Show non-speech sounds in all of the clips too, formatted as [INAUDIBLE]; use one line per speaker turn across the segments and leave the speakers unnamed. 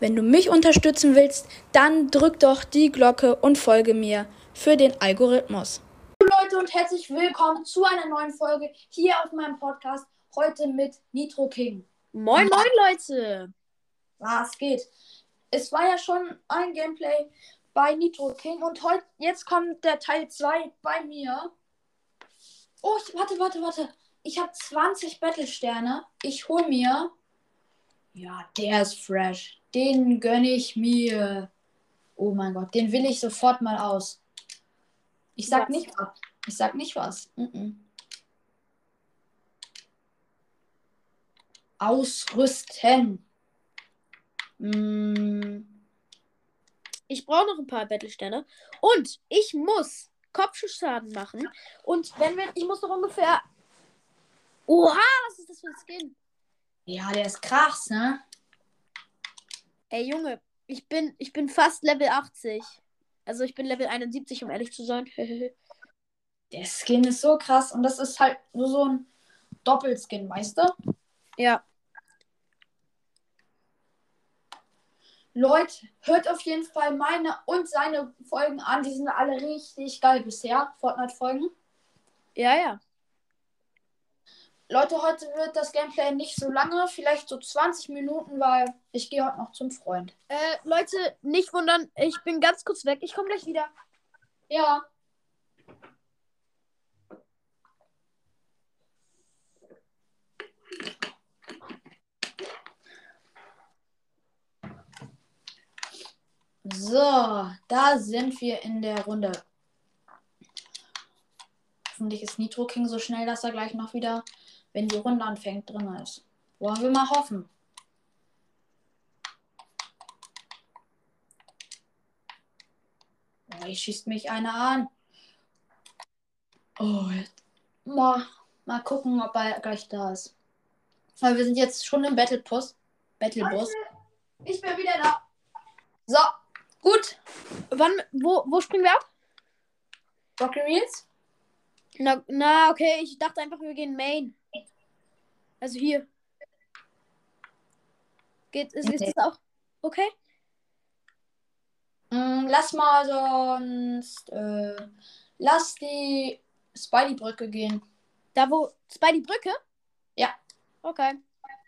Wenn du mich unterstützen willst, dann drück doch die Glocke und folge mir für den Algorithmus.
Hallo Leute und herzlich willkommen zu einer neuen Folge hier auf meinem Podcast. Heute mit Nitro King.
Moin, moin, Leute!
Was Ah, geht? Es war ja schon ein Gameplay bei Nitro King und heute jetzt kommt der Teil 2 bei mir. Oh, ich, warte, warte, warte. Ich habe 20 Battlesterne. Ich hol mir. Ja, der ist fresh. Den gönne ich mir. Oh mein Gott, den will ich sofort mal aus. Ich sag
Was?
nicht was. Ich sag nicht was. Mhm. Ausrüsten. Mm.
Ich brauche noch ein paar Battlesterne. Und ich muss Kopfschussschaden machen. Und wenn wir. Ich muss noch ungefähr. Oha, was ist das für ein Skin?
Ja, der ist krass, ne?
Ey, Junge, ich bin, ich bin fast Level 80. Also ich bin Level 71, um ehrlich zu sein. [LAUGHS]
Der Skin ist so krass und das ist halt nur so ein Doppelskin, weißt du?
ja.
Leute, hört auf jeden Fall meine und seine Folgen an. Die sind alle richtig geil bisher, Fortnite-Folgen.
Ja, ja.
Leute, heute wird das Gameplay nicht so lange, vielleicht so 20 Minuten, weil ich gehe heute noch zum Freund.
Äh, Leute, nicht wundern, ich bin ganz kurz weg. Ich komme gleich wieder.
Ja. So, da sind wir in der Runde. Hoffentlich ist Nitro King so schnell, dass er gleich noch wieder, wenn die Runde anfängt, drin ist. Wollen wir mal hoffen. Oh, hier schießt mich einer an. Oh, jetzt- mal, mal gucken, ob er gleich da ist. Weil wir sind jetzt schon im Battle Bus. Battle Bus. Ich bin wieder da. So, gut.
Wann, wo, wo springen wir ab?
Rocky Reels.
Na, na, okay, ich dachte einfach, wir gehen Main. Also hier. Geht, ist, ist das auch okay?
Mm, lass mal sonst. Äh, lass die Spidey-Brücke gehen.
Da, wo, bei die Brücke?
Ja.
Okay.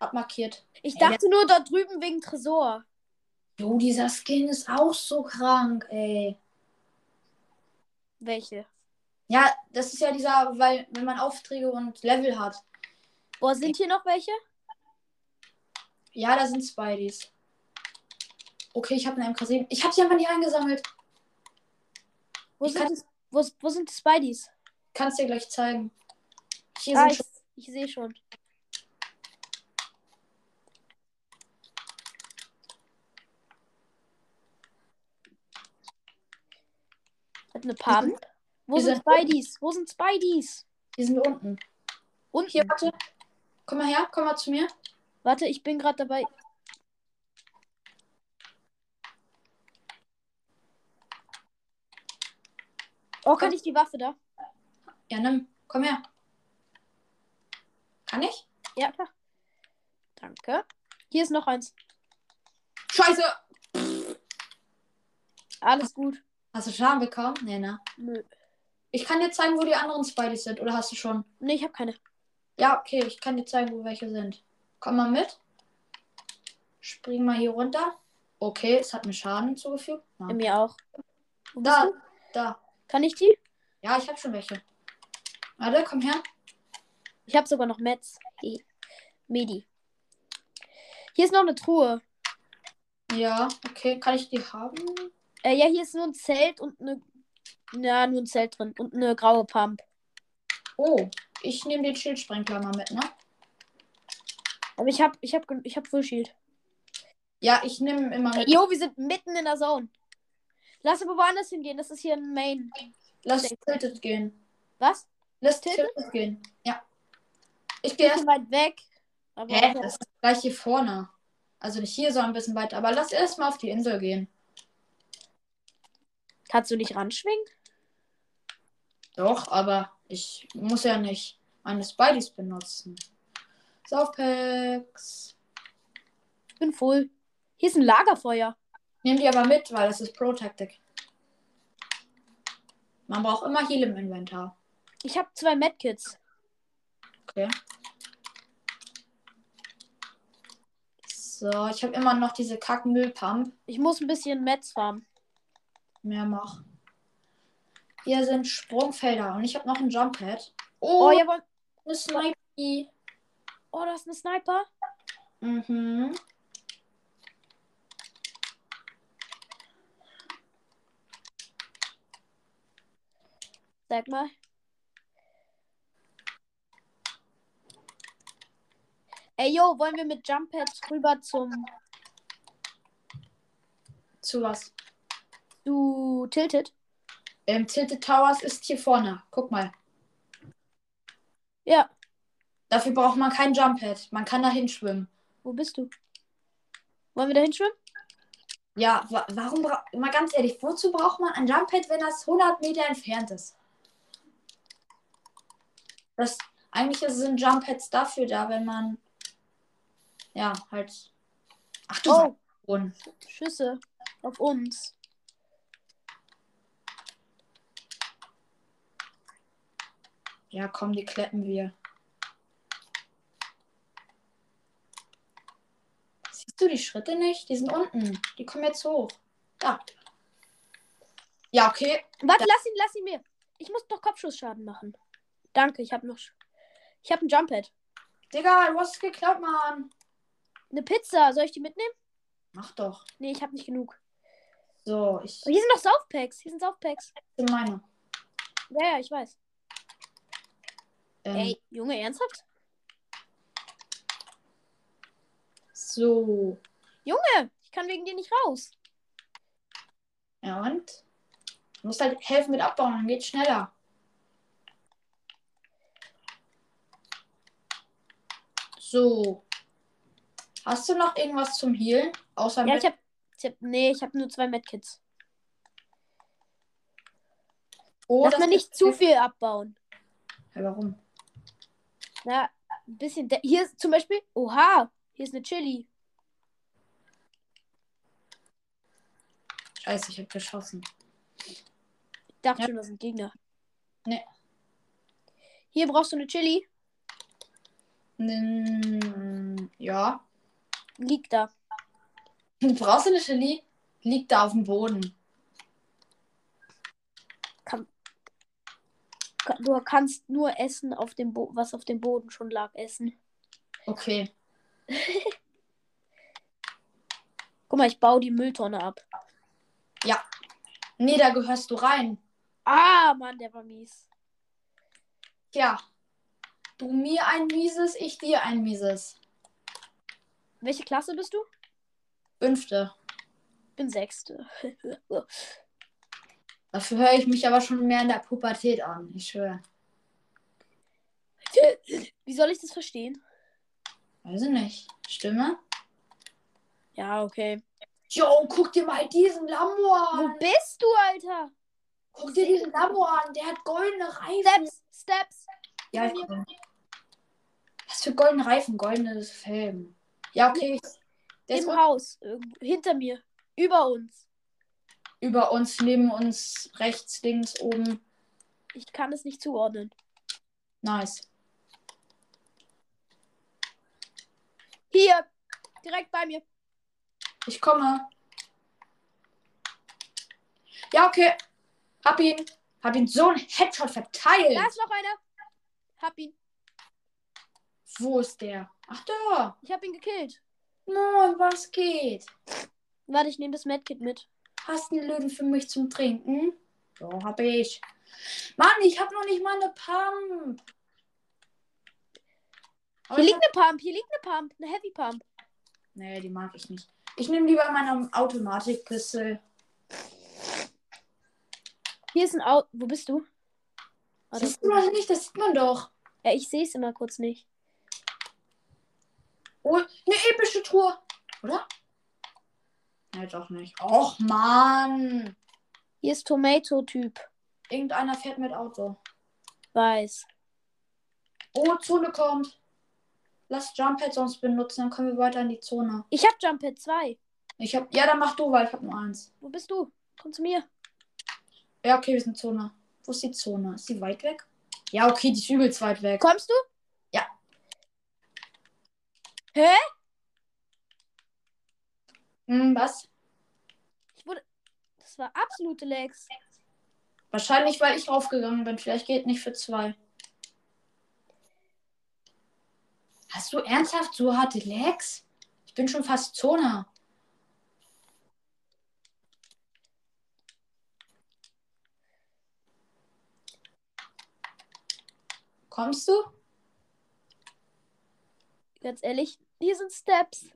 Abmarkiert.
Ich
Ey,
dachte nur dort drüben wegen Tresor.
Jo, dieser Skin ist auch so krank, ey.
Welche?
Ja, das ist ja dieser, weil, wenn man Aufträge und Level hat.
Boah, sind hier noch welche?
Ja, da sind Spideys. Okay, ich habe eine MK7. Ich habe sie einfach nicht eingesammelt.
Wo
Ich
sind,
kann-
das, wo, wo sind die Spideys?
Kannst dir gleich zeigen. Hier
Ah,
sind
ich,
schon.
ich sehe schon. Hat eine Pump? Wo
wir
sind
sind-
Spideys? Wo sind Spideys?
Die sind unten.
Und
Hier, warte. Komm mal her, komm mal zu mir.
Warte, ich bin gerade dabei. Oh, kann ich die Waffe da?
Ja, nimm. Komm her. Kann ich?
Ja, klar. Danke. Hier ist noch eins.
Scheiße!
Alles gut.
Hast du Schaden bekommen? Nee, ne?
Nö.
Ich kann dir zeigen, wo die anderen Spideys sind. Oder hast du schon?
Nee, ich habe keine.
Ja, okay, ich kann dir zeigen, wo welche sind. Komm mal mit. Spring mal hier runter. Okay, es hat mir Schaden zugefügt. Ja.
Mir auch. Wo bist
Ah. Da,
du?
da.
Kann ich die?
Ja, ich habe schon welche. Warte, komm her.
Ich habe sogar noch Metz. Eh. Medi. Hier ist noch eine Truhe.
Ja, okay, kann ich die haben?
Äh, ja, hier ist nur ein Zelt und eine. Na, nur ein Zelt drin. Und eine graue Pump.
Oh, ich nehme den Schildsprengler mal mit, ne?
Aber ich habe ich hab, gen- ich hab Full Shield.
Ja, ich nehme immer mit.
Äh, Jo, wir sind mitten in der Zone. Lass aber woanders hingehen. Das ist hier ein Main.
Lass Tilted gehen.
Was?
Lass
Tilted?
Tilted, gehen. Ja. Ich gehe
Ein bisschen
erst.
weit weg. Aber
Hä? Das ist gleich hier vorne. Also nicht hier, sondern ein bisschen weiter. Aber lass erst mal auf die Insel gehen.
kannst du nicht ranschwingen?
Doch, aber ich muss ja nicht meine Spideys benutzen. Saufpacks.
Ich bin voll. Hier ist ein Lagerfeuer.
Nimm die aber mit, weil das ist Pro-Taktik. Man braucht immer Heal im Inventar.
Ich habe zwei Medkits.
Okay. So, ich habe immer noch diese Kackmüllpump.
Ich muss ein bisschen Meds farmen.
Mehr mach. Hier sind Sprungfelder und ich habe noch ein Jumppad.
Oh,
Oh, ja,
jawohl.
eine Snipey.
Oh, da ist ein Sniper.
Mhm.
Sag mal. Ey, yo, wollen wir mit Jumppads rüber zum
Zu was?
zu Tilted?
Ähm, Tilted Towers ist hier vorne. Guck mal.
Ja.
Dafür braucht man kein Jumppad. Man kann da hinschwimmen.
Wo bist du? Wollen wir da hinschwimmen?
Ja, wa warum, bra- mal ganz ehrlich, wozu braucht man ein Jumppad, wenn das 100 Meter entfernt ist? Das, eigentlich ist- sind Jumppads dafür da, wenn man, ja, halt, ach du
Oh,
Sohn.
Schüsse auf uns.
Ja, komm, die kleppen wir. Siehst du die Schritte nicht? Die sind unten. Die kommen jetzt hoch. Da. Ja, okay.
Warte, lass ihn, lass ihn mir. Ich muss noch Kopfschussschaden machen. Danke, ich habe noch Sch- Ich habe ein Jumppad.
Digga, du hast es geklaut, Mann.
Eine Pizza, soll ich die mitnehmen?
Mach doch.
Nee, ich habe nicht genug.
So, ich
Oh, hier sind noch Saufpacks. Hier sind Saufpacks.
bin meine.
Ja, ja, ich weiß.
Ähm,
Ey, Junge, ernsthaft?
So.
Junge, ich kann wegen dir nicht raus.
Ja, und? Du musst halt helfen mit abbauen, dann geht's schneller. So. Hast du noch irgendwas zum Healen? Außer
Ja,
mit-
ich hab, ich hab. Nee, ich hab nur zwei Medkits.
Oh,
Lass
das
mir nicht
ist-
zu viel abbauen.
Ja, warum?
Na, ein bisschen. de- Hier ist zum Beispiel. Oha, hier ist eine Chili.
Scheiße, ich hab geschossen.
Ich dachte
Ja.
schon, das sind Gegner.
Nee.
Hier brauchst du eine Chili.
Mm, ja. [LAUGHS]
Liegt da.
Du brauchst eine Chili. Liegt da auf dem Boden.
Ka- Du kannst nur essen, auf dem Bo was auf dem Boden schon lag, essen.
Okay.
Guck mal, ich baue die Mülltonne ab.
Nee, da gehörst du rein.
Ah, Mann, der war mies.
Tja. Du mir ein mieses, ich dir ein mieses.
Welche Klasse bist du?
Fünfte.
Ich bin sechste. [LAUGHS]
Dafür höre ich mich aber schon mehr in der Pubertät an. Ich schwöre.
Wie soll ich das verstehen?
Weiß ich nicht. Stimme?
Ja, okay.
Jo, guck dir mal diesen Lambo
Wo
an.
bist du, Alter?
Guck dir diesen Lambo an. Der hat goldene Reifen.
Steps, Steps.
Ja, ich komm. Was für goldene Reifen? Goldenes Felgen. Ja, okay. Ich, der ist
Im
un-
Haus. Irgendwo. Hinter mir. Über uns.
über uns, neben uns, rechts, links, oben.
Ich kann es nicht zuordnen.
Nice.
Hier. Direkt bei mir.
Ich komme. Ja, okay. Hab ihn. Hab ihn so ein Headshot verteilt.
Da ist noch einer. Hab ihn.
Wo ist der? Ach da.
Ich hab ihn gekillt.
Moin, was geht?
Warte, ich nehme das Medkit mit.
Hast du einen Löwen für mich zum Trinken? Ja, hab ich. Mann, ich hab noch nicht mal eine Pump. Aber
Hier
ich
liegt eine Pump. Hier liegt eine Pump. Eine Heavy Pump.
Nee, die mag ich nicht. Ich nehme lieber meine Automatikpistole.
Hier ist ein Auto. Wo bist du? Ah, da-
Siehst du das nicht? Das sieht man doch.
ja, ich sehe es immer kurz nicht.
Oh, eine epische Truhe. Oder? Nee, doch nicht. Och, Mann.
Hier ist Tomato-Typ.
Irgendeiner fährt mit Auto.
Weiß.
Oh, Zone kommt. Lass Jump Pad sonst benutzen, dann können wir weiter in die Zone.
Ich hab Jump Pad 2.
Ich hab. Ja, dann mach du, weil ich hab nur eins.
Wo bist du? Komm zu mir.
Ja, okay, wir sind Zone. Wo ist die Zone? Ist die weit weg? Ja, okay, die ist übelst weit weg.
Kommst du?
Ja.
Hä?
Hm, was?
Das war absolute Lex.
Wahrscheinlich, weil ich draufgegangen bin. Vielleicht geht nicht für zwei. Hast du ernsthaft so harte Lags? Ich bin schon fast Zona. Kommst du?
Ganz ehrlich, hier sind Steps.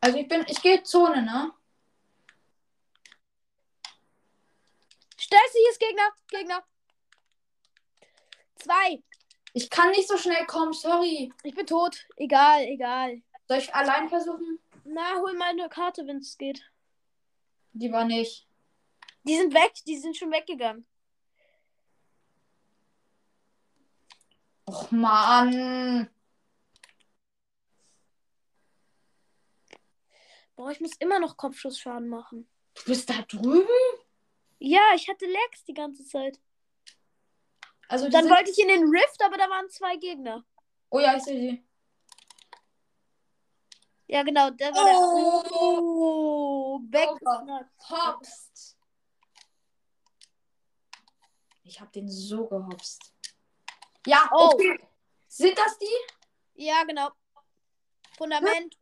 Also ich bin, ich gehe Zone, ne?
Stell sie, hier ist Gegner. Gegner. Zwei.
Ich kann nicht so schnell kommen, sorry.
Ich bin tot. Egal, egal.
Soll ich allein versuchen?
Na, hol meine Karte, wenn es geht.
Lieber nicht.
Die sind weg. Die sind schon weggegangen.
Och Mann.
Boah, ich muss immer noch Kopfschussschaden machen.
Du bist da drüben?
Ja, ich hatte Lex die ganze Zeit.
Also die
Dann
sind...
wollte ich in den Rift, aber da waren zwei Gegner.
Oh ja, ich sehe die.
Ja, genau. Der war
Oh.
der. Oh, weggesnackt.
Hopst. Ich hab den so gehopst. Ja,
Oh.
okay. Sind das die?
Ja, genau. Fundament.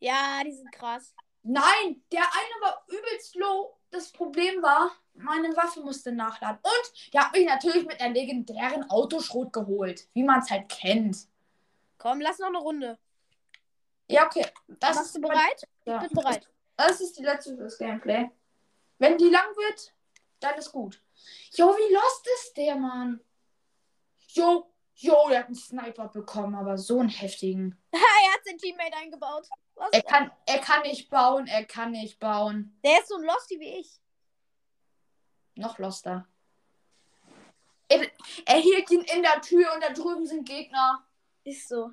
Ja, die sind krass.
Nein, der eine war übelst low. Das Problem war, meine Waffe musste nachladen. Und der hat mich natürlich mit einer legendären Autoschrot geholt, wie man es halt kennt.
Komm, lass noch eine Runde.
Ja, okay. Das
Bist du
ist
bereit?
Ja.
Ich bin bereit.
Das ist die letzte fürs Gameplay. Wenn die lang wird, dann ist gut. Jo, wie lost ist der, Mann? Jo, jo, der hat einen Sniper bekommen, aber so einen heftigen.
Er hat sein Teammate eingebaut. Was?
Er kann, er kann nicht bauen, er kann nicht bauen.
Der ist so ein Losty wie ich.
Noch loster. Er, er hielt ihn in der Tür und da drüben sind Gegner.
Ist so.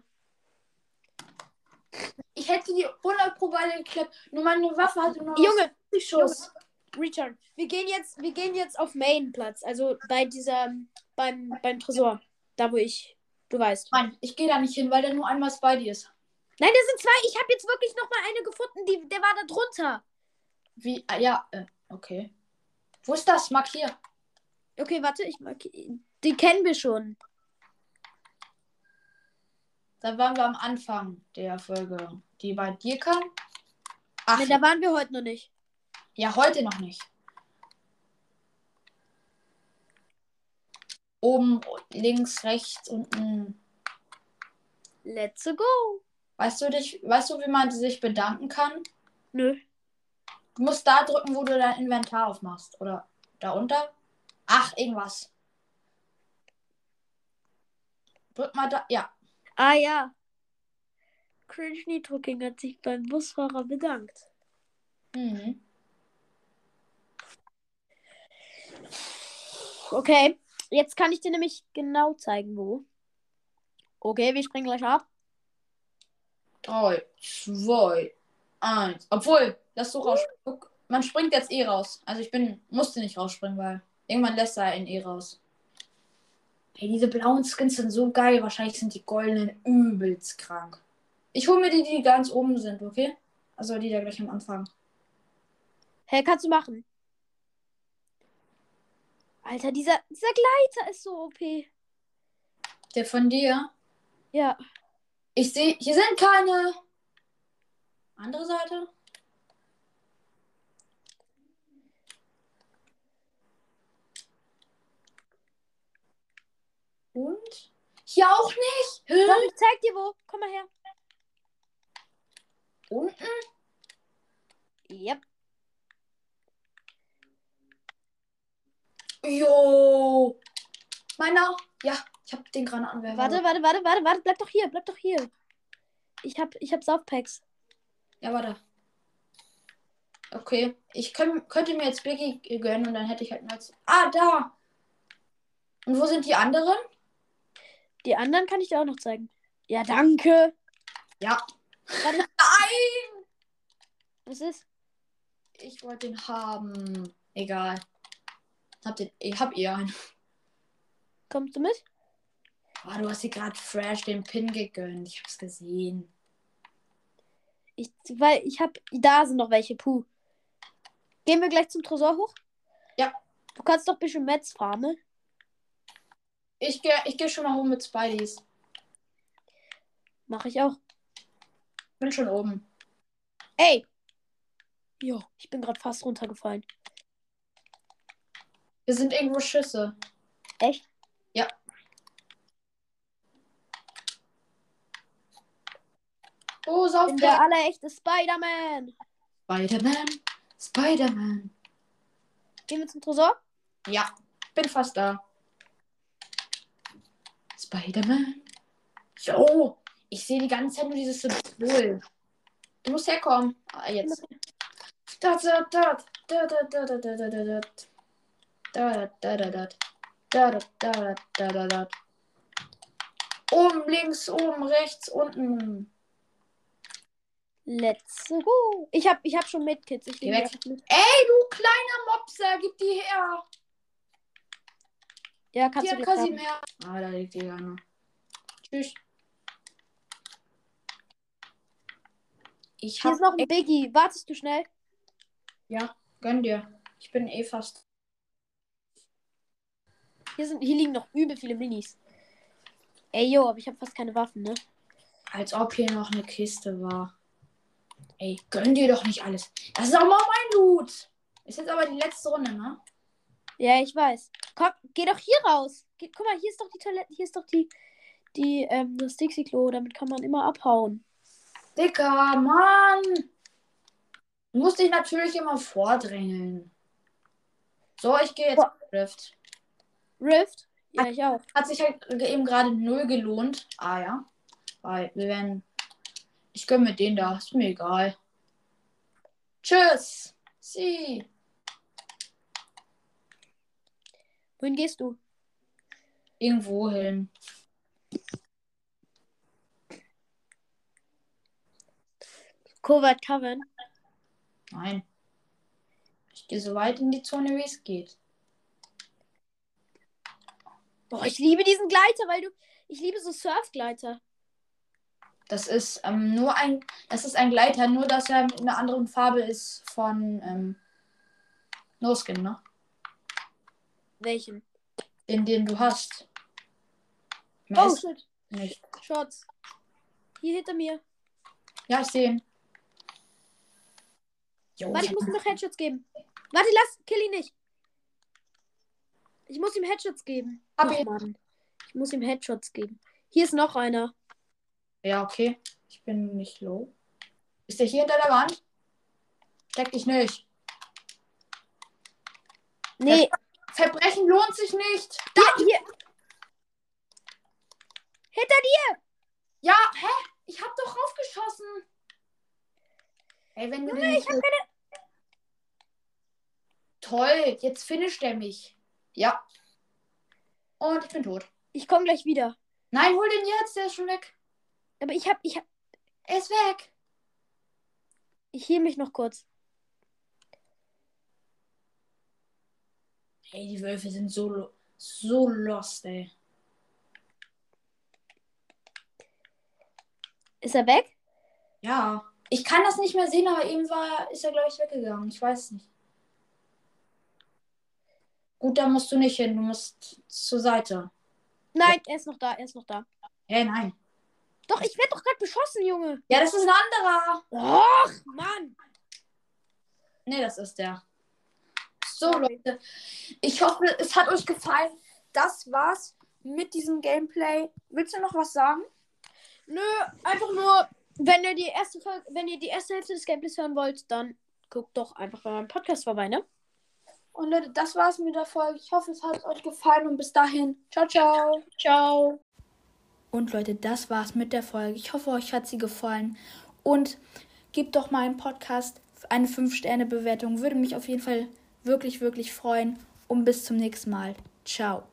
Ich hätte die 100 pro Beine geklappt, nur meine Waffe hatte nur noch
Junge,
70 Schuss.
Return. Wir gehen jetzt, wir gehen jetzt auf Mainplatz, also bei dieser, beim, beim Tresor, da wo ich, du weißt.
Nein, ich gehe da nicht hin, weil der nur einmal Spidey ist.
Nein, da sind zwei. Ich habe jetzt wirklich noch mal eine gefunden, die, der war da drunter.
Wie, ah, ja, äh, okay. Wo ist das? Mark hier.
Okay, warte, ich mag die kennen wir schon.
Da waren wir am Anfang der Folge, die bei dir kam. Ach,
Nee, da waren wir heute noch nicht.
ja, heute noch nicht. Oben, links, rechts, unten.
Let's go.
Weißt du dich, weißt du, wie man sich bedanken kann?
Nö.
Du musst da drücken, wo du dein Inventar aufmachst. Oder da unter? Ach, irgendwas. Drück mal da. Ja.
Ah ja. Cringe Nitro King hat sich beim Busfahrer bedankt.
Mhm.
Okay, jetzt kann ich dir nämlich genau zeigen, wo. Okay, wir springen gleich ab.
Drei, zwei, eins. Obwohl, lass so raus. Guck, Man springt jetzt eh raus. Also ich bin, musste nicht rausspringen, weil irgendwann lässt er ihn eh raus. Hey, diese blauen Skins sind so geil. Wahrscheinlich sind die goldenen übelst krank. Ich hole mir die, die ganz oben sind, okay? Also die da gleich am Anfang.
Hä, kannst du machen? Alter, dieser, dieser Gleiter ist so OP.
Der von dir.
Ja.
Ich sehe, hier sind keine. Andere Seite? Und? Hier auch nicht? Hä?
Komm, ich zeig dir wo. Komm mal her.
Unten?
Yep.
Jo. Meiner? Ja, ich hab den Granatenwerfer.
Warte, warte, warte, warte, warte, bleib doch hier, bleib doch hier. Ich hab, ich hab Saufpacks.
Ja, warte. Okay. Ich könnt, könnte mir jetzt Biggie gönnen und dann hätte ich halt mal. Ah, da! Und wo sind die anderen?
Die anderen kann ich dir auch noch zeigen. Ja, danke.
Ja. Nein!
Was ist?
Ich wollte den haben. Egal. Hab den, ich hab ihr einen.
Kommst du mit?
Ah, du hast dir gerade fresh den Pin gegönnt. Ich hab's gesehen.
Ich, weil ich hab. Da sind noch welche. Puh. Gehen wir gleich zum Tresor hoch?
Ja.
Du kannst doch ein bisschen Metz ne? farmen.
Ich gehe ich geh schon mal hoch mit Spideys.
Mache ich auch.
Bin schon oben.
Ey! Jo, ich bin gerade fast runtergefallen.
Wir sind irgendwo Schüsse.
Echt?
Ja. Oh,
Bin der
Saufberg.
allerechte Spider-Man!
Spider-Man. Spider-Man.
Gehen wir zum Tresor?
Ja, bin fast da. Spider-Man. Jo, ich sehe die ganze Zeit nur dieses Symbol. Du musst herkommen. Ah, jetzt. Da, da, da, da, da, da, da, da, da, da, da. Da, da, da, da, da. Da, da, da, da, da, da, da. Oben links, oben rechts, unten.
Let's go! Ich hab, ich hab schon Medkits. Ich
Geh
nehme
weg.
die einfach mit.
Ey, du kleiner Mopser, gib die her.
Ja, kannst
Hier,
du gleich haben.
Kasimir. Ah, da liegt die Lana. Tschüss. Ich
Hier
hab.
ist noch ein Biggie. Wartest du schnell?
Ja, gönn dir. Ich bin eh fast.
Hier, sind, hier liegen noch übel viele Minis. Ey, yo, aber ich habe fast keine Waffen, ne?
Als ob hier noch eine Kiste war. Ey, gönn dir doch nicht alles. Das ist auch mal mein Loot. Ist jetzt aber die letzte Runde, ne?
Ja, ich weiß. Komm, geh doch hier raus. Geh, guck mal, hier ist doch die Toilette, hier ist doch die, die, ähm, das Dixie-Klo. Damit kann man immer abhauen.
Dicker, Mann. Du musst dich natürlich immer vordrängeln. So, ich gehe jetzt.
Boah.
Rift.
Rift? Ja, ich auch.
Hat sich halt eben gerade null gelohnt. Ah ja. Weil wir werden. Ich gönn mit denen da. Ist mir egal. Tschüss. Sie.
Wohin gehst du?
Irgendwo hin.
Covert Coven.
Nein. Ich gehe so weit in die Zone, wie es geht.
Boah, ich liebe diesen Gleiter, weil du. Ich liebe so Surfgleiter.
Das ist ähm, nur ein. Das ist ein Gleiter, nur dass er mit einer anderen Farbe ist von ähm, No Skin, ne?
Welchen?
Den, den du hast. Mehr
Oh,
ist
shit.
nicht.
Shots. Hier hinter mir.
Ja, ich sehe ihn. Jo,
Warte,
ich
ich
hab-
muss ihm noch Headshots geben. Warte, lass. Kill ihn nicht. Ich muss ihm Headshots geben.
Hab
Ach,
ihn.
Mann. Ich muss ihm Headshots geben. Hier ist noch einer.
Ja, okay. Ich bin nicht low. Ist der hier hinter der Wand? Steck dich nicht.
Nee,
Verbrechen lohnt sich nicht.
hier, hier. Hinter dir.
Ja, hä? Ich hab doch raufgeschossen. Ey, wenn du den ich hab keine... Toll, jetzt finisht er mich. Ja. Und ich bin tot.
Ich komme gleich wieder.
Nein, hol den jetzt, der ist schon weg.
Aber ich hab, ich hab,
Er ist weg.
ich hehl mich noch kurz.
Ey, die Wölfe sind so, lo so lost, ey.
Ist er weg?
Ja. Ich kann das nicht mehr sehen, aber eben war, ist er, glaube ich, weggegangen. Ich weiß nicht. Gut, da musst du nicht hin. Du musst zur Seite.
Nein, er ist noch da, er ist noch da.
Hey, nein.
Doch, ich werd doch gerade beschossen, Junge.
Ja, das ist ein anderer.
Och, Mann.
Nee, das ist der. So, Leute. Ich hoffe, es hat euch gefallen. Das war's mit diesem Gameplay. Willst du noch was sagen?
Nö, einfach nur, wenn ihr die erste Folge, wenn ihr die erste Hälfte des Gameplays hören wollt, dann guckt doch einfach bei meinem Podcast vorbei, ne?
Und Leute, das war's mit der Folge. Ich hoffe, es hat euch gefallen und bis dahin. Ciao, ciao.
Ciao.
Und Leute, das war's mit der Folge. Ich hoffe, euch hat sie gefallen. Und gebt doch meinem Podcast eine 5-Sterne-Bewertung. Würde mich auf jeden Fall wirklich, wirklich freuen. Und bis zum nächsten Mal. Ciao.